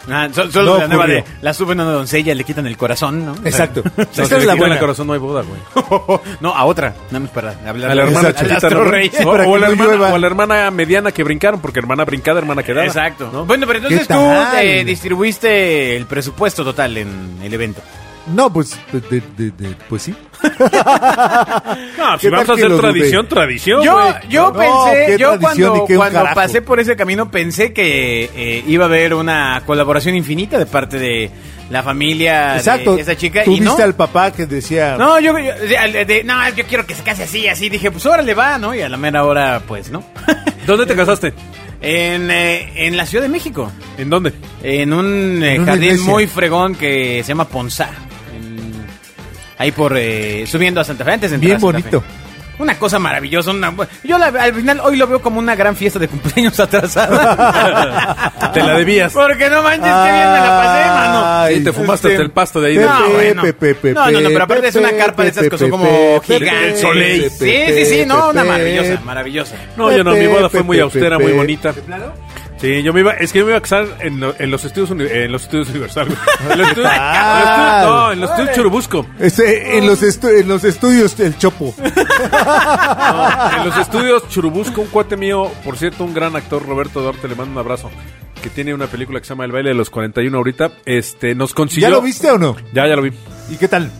[SPEAKER 3] Ah, so- solo
[SPEAKER 2] No
[SPEAKER 3] la nueva
[SPEAKER 2] ocurrió.
[SPEAKER 3] de... La suben a una doncella, le quitan el corazón, ¿no? O sea,
[SPEAKER 2] Exacto.
[SPEAKER 4] No,
[SPEAKER 2] Esta
[SPEAKER 4] si
[SPEAKER 2] es
[SPEAKER 4] le
[SPEAKER 2] la
[SPEAKER 4] quitan
[SPEAKER 2] buena.
[SPEAKER 4] el corazón no hay boda, güey.
[SPEAKER 3] no, a otra. Nada más para hablar
[SPEAKER 4] A la hermana
[SPEAKER 2] Exacto.
[SPEAKER 4] chiquita,
[SPEAKER 3] Al astro
[SPEAKER 4] ¿no?
[SPEAKER 3] rey.
[SPEAKER 2] Sí,
[SPEAKER 4] O,
[SPEAKER 2] para
[SPEAKER 4] o
[SPEAKER 2] que
[SPEAKER 4] a la
[SPEAKER 2] no
[SPEAKER 4] hermana,
[SPEAKER 2] llueva.
[SPEAKER 4] o a la hermana mediana que brincaron, porque hermana brincada, hermana quedada.
[SPEAKER 3] Exacto.
[SPEAKER 4] ¿no?
[SPEAKER 3] Bueno, pero entonces
[SPEAKER 2] ¿Qué
[SPEAKER 3] tú
[SPEAKER 2] tal?
[SPEAKER 3] eh, distribuiste el presupuesto total en el evento.
[SPEAKER 2] No, pues, de- de- de- pues sí.
[SPEAKER 4] No, si
[SPEAKER 2] ¿Qué
[SPEAKER 4] vamos
[SPEAKER 2] tal
[SPEAKER 4] a
[SPEAKER 2] que
[SPEAKER 4] hacer
[SPEAKER 2] lo dudé?
[SPEAKER 4] tradición, tradición,
[SPEAKER 3] Yo,
[SPEAKER 4] güey.
[SPEAKER 3] yo
[SPEAKER 2] No,
[SPEAKER 3] pensé,
[SPEAKER 2] qué
[SPEAKER 3] yo
[SPEAKER 2] tradición
[SPEAKER 3] cuando,
[SPEAKER 2] y qué un
[SPEAKER 3] cuando
[SPEAKER 2] carajo.
[SPEAKER 3] pasé por ese camino pensé que eh, iba a haber una colaboración infinita de parte de la familia
[SPEAKER 2] Exacto.
[SPEAKER 3] de esa chica
[SPEAKER 2] Tú
[SPEAKER 3] y
[SPEAKER 2] viste
[SPEAKER 3] no.
[SPEAKER 2] al papá que decía.
[SPEAKER 3] No, yo, yo- de- de- no, yo quiero que se case así, así. Dije, pues órale, va, ¿no? Y a la mera hora, pues, ¿no?
[SPEAKER 4] ¿Dónde te casaste?
[SPEAKER 3] en, eh, en la Ciudad de México,
[SPEAKER 4] ¿En dónde?
[SPEAKER 3] en un eh,
[SPEAKER 2] En una
[SPEAKER 3] jardín
[SPEAKER 2] iglesia.
[SPEAKER 3] muy fregón que se llama Ponzá. en- ahí por, eh, subiendo a Santa Fe, antes de entrar
[SPEAKER 2] Bien
[SPEAKER 3] a Santa Fe.
[SPEAKER 2] bonito.
[SPEAKER 3] Una cosa maravillosa. Una, yo la- al final hoy lo veo como una gran fiesta de cumpleaños atrasada.
[SPEAKER 4] Te la debías.
[SPEAKER 3] Porque no manches, qué bien me la pasé, mano.
[SPEAKER 2] Ay,
[SPEAKER 4] Sí, te fumaste hasta el pasto de ahí.
[SPEAKER 2] Ah, Pepe,
[SPEAKER 4] de-
[SPEAKER 3] No, bueno.
[SPEAKER 2] Pepe,
[SPEAKER 3] No, no, no, pero aparte es una
[SPEAKER 2] Pepe,
[SPEAKER 3] carpa de esas que son
[SPEAKER 2] Pepe,
[SPEAKER 3] como
[SPEAKER 2] Pepe,
[SPEAKER 3] gigantes.
[SPEAKER 4] Soleil.
[SPEAKER 3] Sí,
[SPEAKER 2] Pepe,
[SPEAKER 3] sí, sí, no, una
[SPEAKER 2] Pepe.
[SPEAKER 3] maravillosa, maravillosa.
[SPEAKER 4] No, yo no, mi boda fue muy
[SPEAKER 2] Pepe,
[SPEAKER 4] austera,
[SPEAKER 2] Pepe.
[SPEAKER 4] muy bonita. Sí, yo me iba, es que yo me iba a casar en, lo- en los estudios uni- en los estudios universal. güey. En los estudios,
[SPEAKER 2] Ah.
[SPEAKER 4] no, en los estudios Churubusco.
[SPEAKER 2] Ese, en, los estu- en los estudios del Chopo.
[SPEAKER 4] No, en los estudios Churubusco, un cuate mío, por cierto, un gran actor, Roberto Duarte, le mando un abrazo, que tiene una película que se llama El baile de los 41 ahorita, este, nos consiguió.
[SPEAKER 2] ¿Ya lo viste o no?
[SPEAKER 4] Ya, ya lo vi.
[SPEAKER 2] ¿Y qué tal?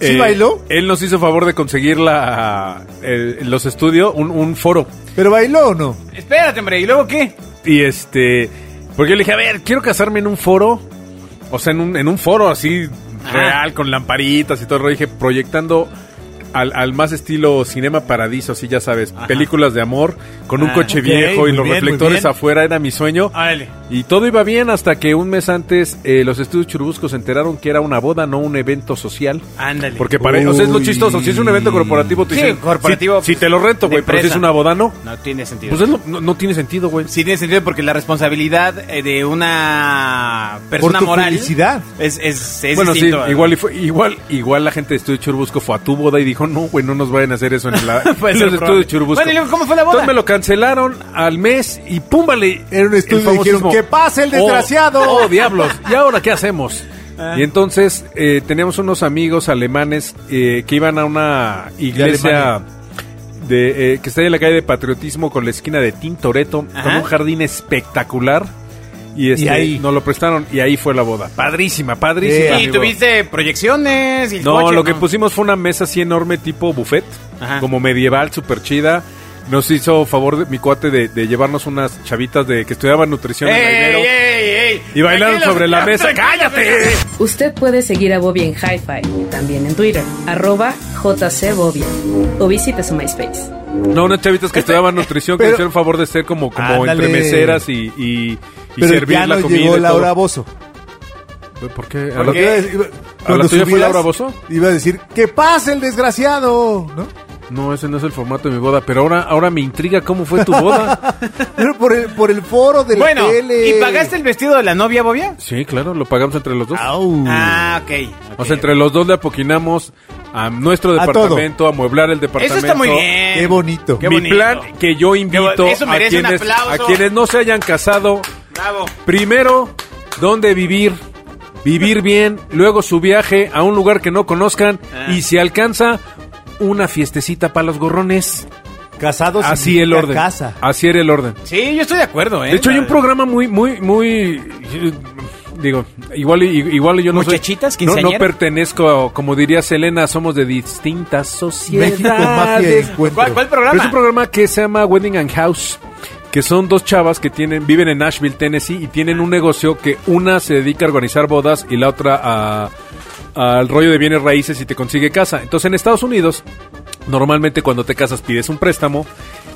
[SPEAKER 2] ¿Sí
[SPEAKER 4] Eh,
[SPEAKER 2] bailó?
[SPEAKER 4] Él nos hizo favor de conseguir la, el- los estudios, un, un foro.
[SPEAKER 2] ¿Pero bailó o no?
[SPEAKER 3] Espérate, hombre, ¿y luego qué?
[SPEAKER 4] Y este. Porque yo le dije, a ver, quiero casarme en un foro. O sea, en un, en un foro así real, con lamparitas y todo. el rollo. Dije, proyectando al, al más estilo Cinema Paradiso, así ya sabes. Películas de amor, con un
[SPEAKER 3] Ah,
[SPEAKER 4] coche
[SPEAKER 3] ok,
[SPEAKER 4] viejo y
[SPEAKER 3] muy
[SPEAKER 4] los
[SPEAKER 3] bien, muy
[SPEAKER 4] reflectores
[SPEAKER 3] bien. Ah.
[SPEAKER 4] afuera, era mi sueño.
[SPEAKER 3] Árale.
[SPEAKER 4] Y todo iba bien hasta que un mes antes eh, los estudios churubuscos se enteraron que era una boda, no un evento social.
[SPEAKER 3] Ándale.
[SPEAKER 4] Porque para, o sea, es lo chistoso. Si es un evento corporativo, tú
[SPEAKER 3] Sí,
[SPEAKER 4] dices,
[SPEAKER 3] corporativo,
[SPEAKER 4] Si,
[SPEAKER 3] pues,
[SPEAKER 4] te lo rento,
[SPEAKER 3] de
[SPEAKER 4] güey, pero si es
[SPEAKER 3] empresa.
[SPEAKER 4] una boda, no.
[SPEAKER 3] No tiene sentido.
[SPEAKER 4] Pues es lo- no, no tiene sentido, güey.
[SPEAKER 3] Sí tiene sentido porque la responsabilidad eh, de una persona
[SPEAKER 2] Por tu
[SPEAKER 3] moral
[SPEAKER 2] felicidad.
[SPEAKER 3] es, es, es
[SPEAKER 4] Bueno, sí,
[SPEAKER 3] distinto a-
[SPEAKER 4] igual, y fue- igual, igual la gente de Estudio Churubusco fue a tu boda y dijo, no, güey, no nos vayan a hacer eso en la
[SPEAKER 3] Puede
[SPEAKER 4] en
[SPEAKER 3] ser probable.
[SPEAKER 4] los Estudios Churubusco.
[SPEAKER 3] Bueno, ¿y luego cómo fue la boda?
[SPEAKER 4] Entonces me lo cancelaron al mes y pum, vale.
[SPEAKER 2] Era un estudio
[SPEAKER 4] el
[SPEAKER 2] y dijeron,
[SPEAKER 4] famosísimo,
[SPEAKER 2] "¡Que pase el
[SPEAKER 4] "Oh,
[SPEAKER 2] desgraciado!" Ah.
[SPEAKER 4] ¡Oh, diablos! ¿Y ahora qué hacemos? Y entonces eh, teníamos unos amigos alemanes eh, que iban a una iglesia
[SPEAKER 2] Alemania.
[SPEAKER 4] de, eh, que está ahí en la calle de Patriotismo con la esquina de Tintoretto, con
[SPEAKER 3] Ajá.
[SPEAKER 4] un jardín espectacular. Y, este,
[SPEAKER 2] Y ahí-
[SPEAKER 4] nos lo prestaron y ahí fue la boda. Padrísima, padrísima.
[SPEAKER 2] Eh,
[SPEAKER 4] mi
[SPEAKER 3] Y
[SPEAKER 4] boda.
[SPEAKER 3] tuviste proyecciones y el
[SPEAKER 4] No,
[SPEAKER 3] coche,
[SPEAKER 4] lo que pusimos fue una mesa así enorme tipo buffet,
[SPEAKER 3] Ajá.
[SPEAKER 4] como medieval, súper chida. Nos hizo favor de- mi cuate de, de llevarnos unas chavitas de que estudiaban nutrición en la Ibero.
[SPEAKER 3] ¡Ey, ey, ey!
[SPEAKER 4] Y bailaron
[SPEAKER 3] Tranquilos,
[SPEAKER 4] sobre la mesa.
[SPEAKER 3] tranquilos,
[SPEAKER 4] ¡Cállate!
[SPEAKER 1] Usted puede seguir a Bobia en Hi-Fi, también en Twitter, arroba jcbobia, o visite su MySpace.
[SPEAKER 4] No, unas chavitas que estudiaban nutrición que
[SPEAKER 2] Pero-
[SPEAKER 4] nos hicieron favor de ser como, como
[SPEAKER 2] Ándale.
[SPEAKER 4] entre meseras y, y, y
[SPEAKER 2] Pero
[SPEAKER 4] servir
[SPEAKER 2] ya
[SPEAKER 4] la
[SPEAKER 2] no
[SPEAKER 4] comida.
[SPEAKER 2] llegó
[SPEAKER 4] y todo.
[SPEAKER 2] Laura Bozo.
[SPEAKER 4] ¿Por qué?
[SPEAKER 3] ¿Por qué?
[SPEAKER 2] Iba a decir- iba- cuando
[SPEAKER 4] tuya fue
[SPEAKER 2] subieras,
[SPEAKER 4] Laura Bozo?
[SPEAKER 2] Iba a decir, que pase el desgraciado, ¿no?
[SPEAKER 4] No, ese no es el formato de mi boda, pero ahora, ahora me intriga cómo fue tu boda.
[SPEAKER 2] Pero por el, por el foro de la
[SPEAKER 3] Bueno,
[SPEAKER 2] tele.
[SPEAKER 3] ¿y pagaste el vestido de la novia, Bobia?
[SPEAKER 4] sí, claro, lo pagamos entre los dos.
[SPEAKER 2] Au.
[SPEAKER 3] Ah, ok.
[SPEAKER 4] O sea, entre los dos le apuquinamos a nuestro
[SPEAKER 2] A
[SPEAKER 4] departamento, a, mueblar el
[SPEAKER 3] Eso
[SPEAKER 4] departamento.
[SPEAKER 3] está muy Ah, bien.
[SPEAKER 2] Qué bonito.
[SPEAKER 3] Qué
[SPEAKER 4] Mi
[SPEAKER 3] bonito.
[SPEAKER 4] plan que yo invito
[SPEAKER 3] Eso
[SPEAKER 4] a,
[SPEAKER 3] merece un
[SPEAKER 4] quienes,
[SPEAKER 3] aplauso.
[SPEAKER 4] a quienes no se hayan casado,
[SPEAKER 3] Bravo.
[SPEAKER 4] primero, dónde vivir, vivir bien, luego su viaje a un lugar que no conozcan
[SPEAKER 3] Ah.
[SPEAKER 4] y si alcanza, una fiestecita para los gorrones.
[SPEAKER 2] Casados
[SPEAKER 4] Así el orden.
[SPEAKER 2] Casa.
[SPEAKER 4] Así era el orden.
[SPEAKER 3] Sí, yo estoy de acuerdo, ¿eh?
[SPEAKER 4] De hecho, hay un programa muy, muy, muy. Digo, igual, y- igual y yo no soy-
[SPEAKER 3] Muchachitas,
[SPEAKER 4] no, no
[SPEAKER 3] quinceañeras.
[SPEAKER 4] pertenezco, a- como diría Selena, somos de distintas sociedades.
[SPEAKER 2] México, mafia y encuentro.
[SPEAKER 3] ¿Cuál, cuál programa?
[SPEAKER 4] Pero es un programa que se llama Wedding and House, que son dos chavas que tienen viven en Nashville, Tennessee, y tienen un negocio que una se dedica a organizar bodas y la otra a al rollo de bienes raíces y te consigue casa. Entonces en Estados Unidos normalmente cuando te casas pides un préstamo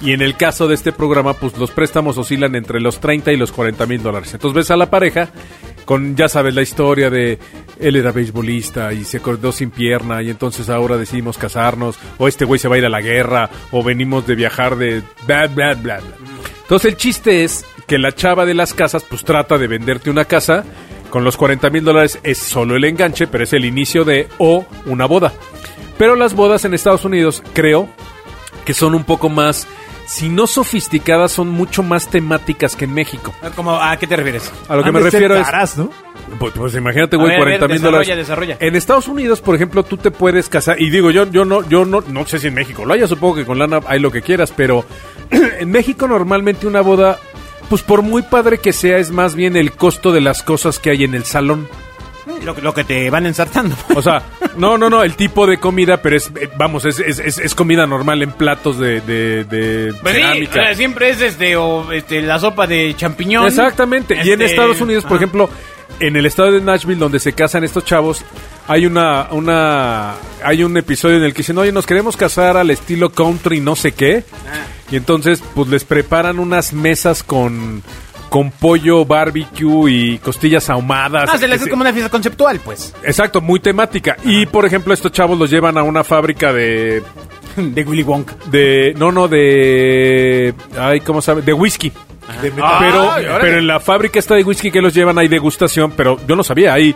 [SPEAKER 4] y en el caso de este programa pues los préstamos oscilan entre los 30 y los 40 mil dólares. Entonces ves a la pareja con ya sabes la historia de él era beisbolista y se cortó sin pierna y entonces ahora decidimos casarnos o este güey se va a ir a la guerra o venimos de viajar de bla bla bla. bla. Entonces el chiste es que la chava de las casas pues trata de venderte una casa con los 40 mil dólares es solo el enganche pero es el inicio de o una boda. Pero las bodas en Estados Unidos, creo, que son un poco más, si no sofisticadas, son mucho más temáticas que en México.
[SPEAKER 3] Como, ¿A qué te refieres?
[SPEAKER 4] A lo que
[SPEAKER 2] Han
[SPEAKER 4] me
[SPEAKER 2] de ser
[SPEAKER 4] refiero es...
[SPEAKER 2] caras, ¿no?
[SPEAKER 4] Pues, pues imagínate,
[SPEAKER 3] A
[SPEAKER 4] güey,
[SPEAKER 3] ver, a ver,
[SPEAKER 4] 40 mil
[SPEAKER 3] desarrolla,
[SPEAKER 4] dólares.
[SPEAKER 3] desarrolla.
[SPEAKER 4] En Estados Unidos, por ejemplo, tú te puedes casar. Y digo, yo, yo no, yo no, no sé si en México lo haya, supongo que con lana hay lo que quieras, pero en México normalmente una boda, pues por muy padre que sea, es más bien el costo de las cosas que hay en el salón.
[SPEAKER 3] Lo, lo que te van ensartando.
[SPEAKER 4] O sea, no, no, no, el tipo de comida, pero es, eh, vamos, es, es, es- es comida normal en platos de, de, de
[SPEAKER 3] Pues sí,
[SPEAKER 4] cerámica.
[SPEAKER 3] o sea, siempre es este, o, este, la sopa de champiñón.
[SPEAKER 4] Exactamente. Y en
[SPEAKER 3] Este,
[SPEAKER 4] Estados Unidos, por
[SPEAKER 3] ajá.
[SPEAKER 4] ejemplo, en el estado de Nashville, donde se casan estos chavos, hay una, una, hay un episodio en el que dicen, oye, nos queremos casar al estilo country, no sé qué.
[SPEAKER 3] Ah.
[SPEAKER 4] Y entonces, pues les preparan unas mesas con, con pollo, barbecue y costillas ahumadas.
[SPEAKER 3] Ah, se le
[SPEAKER 4] Es-
[SPEAKER 3] hace como una fiesta conceptual, pues.
[SPEAKER 4] Exacto, muy temática. Y por ejemplo, estos chavos los llevan a una fábrica de
[SPEAKER 3] De Willy Wonka.
[SPEAKER 4] de no no de ay cómo sabe de whisky
[SPEAKER 2] De
[SPEAKER 3] Ah,
[SPEAKER 4] pero
[SPEAKER 3] órale.
[SPEAKER 4] pero en la fábrica está de whisky que los llevan hay degustación pero yo no sabía ahí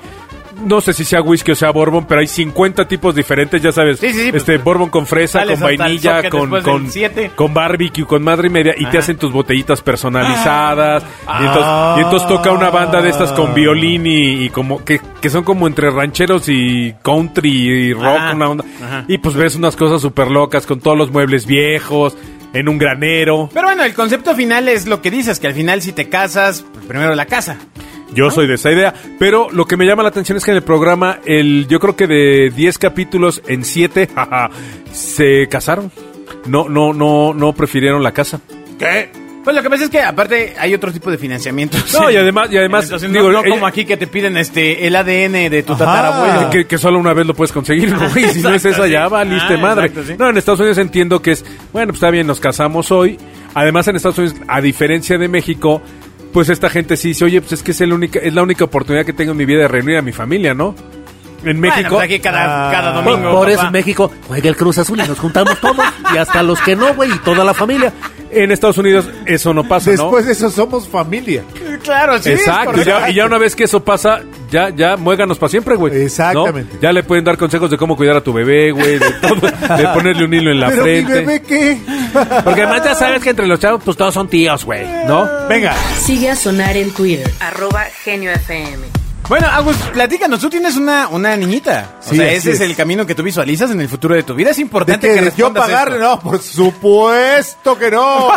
[SPEAKER 4] no sé si sea whisky o sea bourbon pero hay 50 tipos diferentes ya sabes
[SPEAKER 3] Sí, sí, sí, pues,
[SPEAKER 4] este bourbon con fresa
[SPEAKER 3] sales
[SPEAKER 4] con
[SPEAKER 3] hasta el
[SPEAKER 4] vainilla
[SPEAKER 3] socket
[SPEAKER 4] con
[SPEAKER 3] después del
[SPEAKER 4] con,
[SPEAKER 3] siete.
[SPEAKER 4] con barbecue con madre y media y te
[SPEAKER 3] Ajá.
[SPEAKER 4] hacen tus botellitas personalizadas y, entonces,
[SPEAKER 2] Ah.
[SPEAKER 4] y entonces toca una banda de estas con violín y, y como que, que son como entre rancheros y country y rock
[SPEAKER 3] Ajá.
[SPEAKER 4] una onda
[SPEAKER 3] Ajá.
[SPEAKER 4] y pues ves unas cosas súper locas con todos los muebles viejos, en un granero.
[SPEAKER 3] Pero bueno, el concepto final es lo que dices, que al final si te casas, pues, primero la casa. Ah.
[SPEAKER 4] Yo soy de esa idea. Pero lo que me llama la atención es que en el programa, el, yo creo que de 10 capítulos en 7, se casaron. No, no, no, no prefirieron la casa.
[SPEAKER 3] ¿Qué? Pues lo que pasa es que aparte hay otro tipo de financiamiento.
[SPEAKER 4] No, y además- y además,
[SPEAKER 3] Entonces,
[SPEAKER 4] digo, eh,
[SPEAKER 3] no, no
[SPEAKER 4] ella-
[SPEAKER 3] como aquí que te piden este el ADN de tu
[SPEAKER 2] Ajá.
[SPEAKER 3] tatarabuelo.
[SPEAKER 2] Ah.
[SPEAKER 4] Que, que solo una vez lo puedes conseguir, ¿no? Y si no es
[SPEAKER 3] Exacto,
[SPEAKER 4] esa,
[SPEAKER 3] sí.
[SPEAKER 4] ya valiste
[SPEAKER 3] Ah,
[SPEAKER 4] madre.
[SPEAKER 3] exacto, sí.
[SPEAKER 4] No, en Estados Unidos entiendo que es, bueno, pues está bien, nos casamos hoy. Además, en Estados Unidos, a diferencia de México, pues esta gente sí dice, oye, pues es que es, el única, es la única oportunidad que tengo en mi vida de reunir a mi familia, ¿no? En
[SPEAKER 3] Bueno,
[SPEAKER 4] México.
[SPEAKER 3] pues aquí cada,
[SPEAKER 2] Ah.
[SPEAKER 3] cada
[SPEAKER 2] Por-
[SPEAKER 3] domingo.
[SPEAKER 5] Por eso
[SPEAKER 3] papá.
[SPEAKER 5] en México juega el Cruz Azul y nos juntamos todos y hasta los que no, güey, y toda la familia.
[SPEAKER 4] En Estados Unidos eso no pasa, ¿no?
[SPEAKER 2] Después de eso somos familia.
[SPEAKER 3] Claro, sí. es
[SPEAKER 4] Exacto, y
[SPEAKER 3] correcto.
[SPEAKER 4] ya, y ya una vez que eso pasa, ya, ya muéganos para siempre, güey. ¿no?
[SPEAKER 2] Exactamente.
[SPEAKER 4] Ya le pueden dar consejos de cómo cuidar a tu bebé, güey, de, todo, de ponerle un hilo en la
[SPEAKER 2] Pero
[SPEAKER 4] frente.
[SPEAKER 2] mi bebé, ¿qué?
[SPEAKER 5] Porque además ya sabes que entre los chavos, pues todos son tíos, güey.
[SPEAKER 4] ¿No?
[SPEAKER 3] Venga.
[SPEAKER 1] Sigue a Sonar en Twitter, arroba Genio FM.
[SPEAKER 3] Bueno, Agus, platícanos, tú tienes una, una niñita. O
[SPEAKER 2] Sí,
[SPEAKER 3] sea,
[SPEAKER 2] así
[SPEAKER 3] ese es.
[SPEAKER 2] es.
[SPEAKER 3] el camino que tú visualizas en el futuro de tu vida. Es
[SPEAKER 2] ¿De
[SPEAKER 3] importante
[SPEAKER 2] qué?
[SPEAKER 3] que
[SPEAKER 2] ¿De yo
[SPEAKER 3] respondas
[SPEAKER 2] pagarle?
[SPEAKER 3] esto.
[SPEAKER 2] No, por supuesto que no.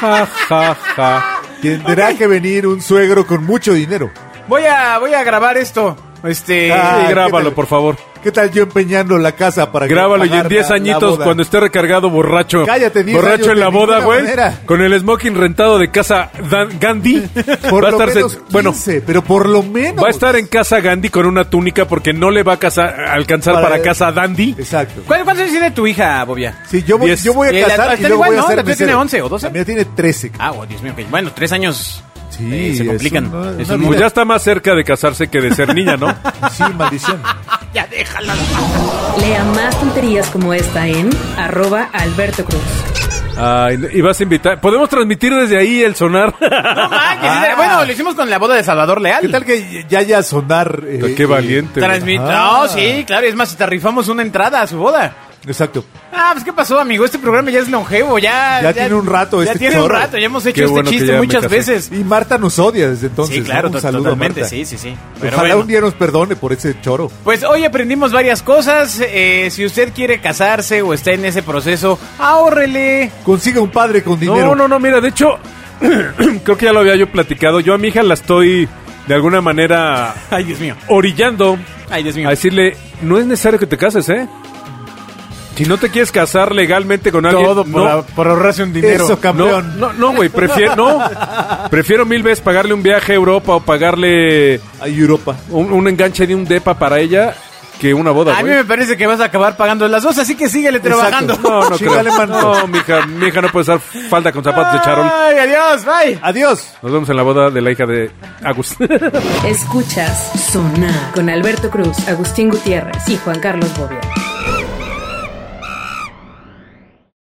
[SPEAKER 4] Ja, ja, ja.
[SPEAKER 2] Tendrá que venir un suegro con mucho dinero.
[SPEAKER 3] Voy a, voy a grabar esto. Este.
[SPEAKER 2] Ah,
[SPEAKER 4] Sí,
[SPEAKER 2] ¿qué
[SPEAKER 4] grábalo,
[SPEAKER 2] tal?
[SPEAKER 4] por favor.
[SPEAKER 2] ¿Qué tal yo empeñando la casa para que-
[SPEAKER 4] Grábalo y en
[SPEAKER 2] pagar
[SPEAKER 4] 10
[SPEAKER 2] la- la
[SPEAKER 4] añitos,
[SPEAKER 2] boda?
[SPEAKER 4] cuando esté recargado borracho.
[SPEAKER 2] Cállate, 10
[SPEAKER 4] borracho
[SPEAKER 2] años
[SPEAKER 4] en la
[SPEAKER 2] de
[SPEAKER 4] boda,
[SPEAKER 2] ninguna
[SPEAKER 4] güey.
[SPEAKER 2] manera.
[SPEAKER 4] Con el smoking rentado de casa Dan- Gandhi.
[SPEAKER 2] Por
[SPEAKER 4] va a
[SPEAKER 2] lo
[SPEAKER 4] estar se-
[SPEAKER 2] menos
[SPEAKER 4] bueno,
[SPEAKER 2] 15, pero por lo menos.
[SPEAKER 4] va a estar en casa Gandhi con una túnica porque no le va a casa- alcanzar para, casa Dandy.
[SPEAKER 2] Exacto.
[SPEAKER 3] ¿Cuál- ¿Cuántos años tiene tu hija, Bobia?
[SPEAKER 2] Sí, yo voy,
[SPEAKER 4] Diez.
[SPEAKER 2] yo voy
[SPEAKER 3] Y
[SPEAKER 2] a
[SPEAKER 3] la-
[SPEAKER 2] casar y
[SPEAKER 3] está
[SPEAKER 2] luego
[SPEAKER 3] igual,
[SPEAKER 2] voy a
[SPEAKER 3] ¿no?
[SPEAKER 2] ser
[SPEAKER 3] La tuya tiene
[SPEAKER 2] mesero.
[SPEAKER 3] 11 o 12.
[SPEAKER 2] La mía tiene 13.
[SPEAKER 3] Ah, oh, Dios mío, ok. Bueno, tres años.
[SPEAKER 2] Sí,
[SPEAKER 3] eh,
[SPEAKER 2] es
[SPEAKER 3] se complican.
[SPEAKER 2] una-
[SPEAKER 3] Es
[SPEAKER 2] una
[SPEAKER 3] un-
[SPEAKER 4] Pues ya está más cerca de casarse que de ser niña, ¿no?
[SPEAKER 2] Sí, maldición.
[SPEAKER 3] ya déjala.
[SPEAKER 1] Lea más tonterías como esta en arroba Alberto Cruz.
[SPEAKER 4] Ay, Ah, y vas a invitar. ¿Podemos transmitir desde ahí el sonar?
[SPEAKER 3] No manches, bueno, lo hicimos con la boda de Salvador Leal.
[SPEAKER 2] Ah. ¿Qué tal que ya haya sonar? eh,
[SPEAKER 4] Qué
[SPEAKER 2] eh,
[SPEAKER 4] valiente. güey.
[SPEAKER 3] Transmit-
[SPEAKER 2] Ah.
[SPEAKER 3] No, sí, claro, es más, te rifamos una entrada a su boda.
[SPEAKER 2] eh, Exacto.
[SPEAKER 3] Ah, pues qué pasó, amigo, este programa ya es longevo, ya...
[SPEAKER 2] Ya tiene un rato
[SPEAKER 3] ya
[SPEAKER 2] este
[SPEAKER 3] tiene
[SPEAKER 2] chorro.
[SPEAKER 3] un rato, ya hemos hecho
[SPEAKER 4] Qué
[SPEAKER 3] este
[SPEAKER 4] bueno que ya
[SPEAKER 3] chiste
[SPEAKER 4] me
[SPEAKER 3] muchas
[SPEAKER 4] casé.
[SPEAKER 3] veces.
[SPEAKER 2] Y Marta nos odia desde entonces.
[SPEAKER 3] sí, claro,
[SPEAKER 2] ¿no?
[SPEAKER 3] to-
[SPEAKER 2] Un saludo a
[SPEAKER 3] totalmente,
[SPEAKER 2] Marta.
[SPEAKER 3] sí, sí, sí. Pero
[SPEAKER 2] Ojalá
[SPEAKER 3] bueno.
[SPEAKER 2] un día nos perdone por ese choro.
[SPEAKER 3] Pues hoy aprendimos varias cosas. eh, si usted quiere casarse o está en ese proceso, ahórrele.
[SPEAKER 2] Consiga un padre con dinero.
[SPEAKER 4] No, no, no, mira, de hecho, creo que ya lo había yo platicado. Yo a mi hija la estoy, de alguna manera,
[SPEAKER 3] Ay, Dios mío.
[SPEAKER 4] orillando
[SPEAKER 3] Ay, Dios mío.
[SPEAKER 4] a decirle, no es necesario que te cases, ¿eh? Si no te quieres casar legalmente con alguien,
[SPEAKER 3] Todo por,
[SPEAKER 4] no,
[SPEAKER 3] a- por ahorrarse un dinero.
[SPEAKER 2] Eso, campeón.
[SPEAKER 4] No, no, no, güey, prefiero, no. Prefiero mil veces pagarle un viaje a Europa o pagarle
[SPEAKER 2] A Europa.
[SPEAKER 4] un, un enganche de un depa para ella que una boda,
[SPEAKER 3] a mí
[SPEAKER 4] güey.
[SPEAKER 3] me parece que vas a acabar pagando las dos, así que síguele trabajando.
[SPEAKER 2] Exacto.
[SPEAKER 4] No, no creo.
[SPEAKER 2] Chíngale, mano.
[SPEAKER 4] No, mija, mi hija no puede usar falda con zapatos de charol.
[SPEAKER 3] Ay, adiós, bye.
[SPEAKER 2] Adiós.
[SPEAKER 4] Nos vemos en la boda de la hija de Agus.
[SPEAKER 1] Escuchas Sonar con Alberto Cruz, Agustín Gutiérrez y Juan Carlos Bobia.